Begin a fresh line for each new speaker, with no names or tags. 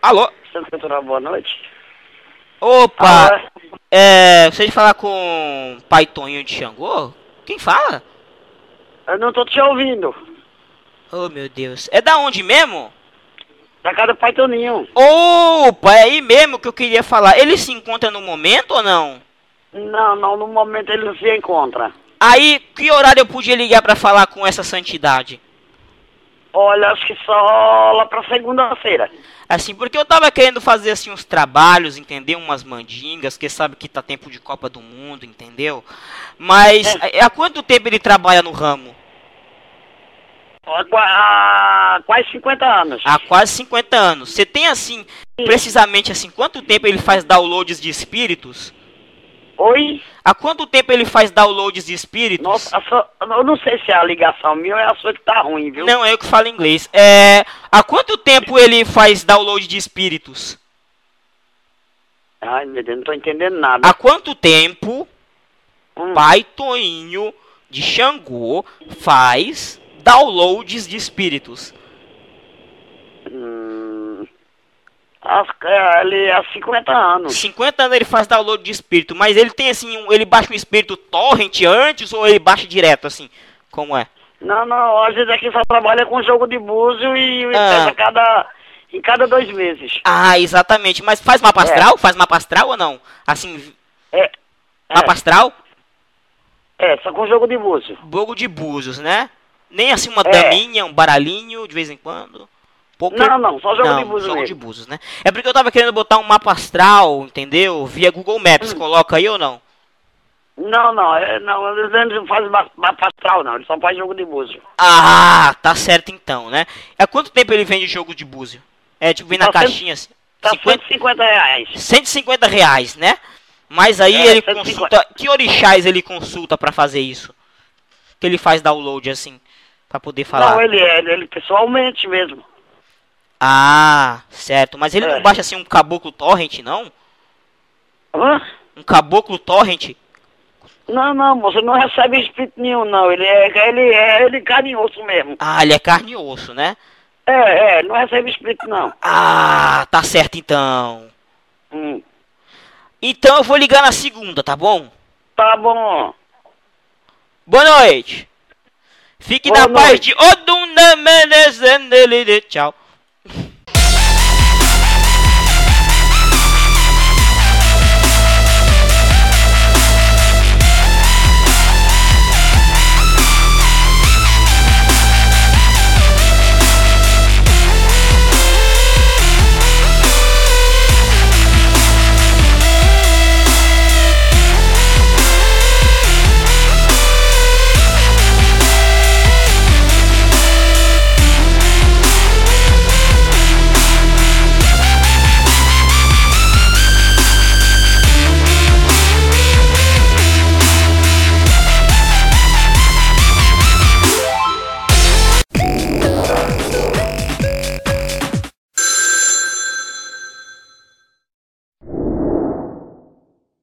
Alô?
Santo Cantoral, boa noite.
Opa!
Alô?
É, você de falar com o Pai Toninho de Xangô? Quem fala?
Eu não tô te ouvindo.
Oh, meu Deus. É da onde mesmo?
Da casa do Pai Toninho.
Opa, é aí mesmo que eu queria falar. Ele se encontra no momento ou não?
Não, não, no momento ele não se encontra.
Aí, que horário eu podia ligar pra falar com essa santidade?
Olha, acho que só lá pra segunda-feira.
Assim, porque eu tava querendo fazer, assim, uns trabalhos, entendeu? Umas mandingas, que sabe que tá tempo de Copa do Mundo, entendeu? Mas, há quanto tempo ele trabalha no ramo?
Ó, qua- Há quase 50 anos.
Há quase 50 anos. Você tem, assim, precisamente, assim, quanto tempo ele faz downloads de espíritos?
Oi?
Há quanto tempo ele faz downloads de espíritos?
Nossa, a sua- eu não sei se é a ligação minha ou é a sua que tá ruim, viu?
Não, é eu que falo inglês. É, há quanto tempo ele faz download de espíritos?
Ai, meu Deus, não tô entendendo nada.
Há quanto tempo
Hum,
Pai Toinho de Xangô faz downloads de espíritos?
hum, as, é, ele há 50 anos.
50 anos ele faz download de espírito, mas ele tem assim, um- ele baixa um espírito torrent antes ou ele baixa direto assim? Como é?
Não, não, às vezes aqui só trabalha com jogo de búzio e, e
Ah.
pesa a cada, em cada dois meses.
Ah, exatamente. Mas faz mapa
É.
astral? Faz mapa astral ou não? Assim,
É,
mapa astral?
é, é, só com jogo de búzio.
Bogo de búzios, né? Nem assim uma
É.
daminha, um baralhinho de vez em quando. Pouco-
Não, não, só jogo
Não,
de búzio
jogo de
mesmo.
búzios, né? É porque eu tava querendo botar um mapa astral, entendeu? Via Google
Hum.
Maps, coloca aí ou não?
Não, não, é, não, eles não fazem ma- mapa astral, não, eles só fazem jogo de búzio.
Ah, tá certo então, né? Há quanto tempo ele vende jogo de búzio? É, tipo, vem na
Tá cento-
caixinha assim.
Tá
50,
150 reais.
150 reais, né? Mas aí
É,
ele
150.
consulta. Que orixás ele consulta pra fazer isso? Que ele faz download assim, pra poder falar.
Não, ele é, ele, ele pessoalmente mesmo.
Ah, certo. Mas ele
É.
não baixa assim um caboclo torrent, não?
Hã?
Um caboclo torrent?
Não, não, moço, ele não recebe espírito nenhum, não. Ele é, ele é, ele é carinhoso mesmo.
Ah, ele é carne e osso, né?
É, é, ele não recebe espírito, não.
Ah, tá certo então.
Hum.
Então eu vou ligar na segunda, tá bom?
Tá bom.
Boa noite. Fique
Boa
na paz
noite.
de Oduna Menezes. Tchau.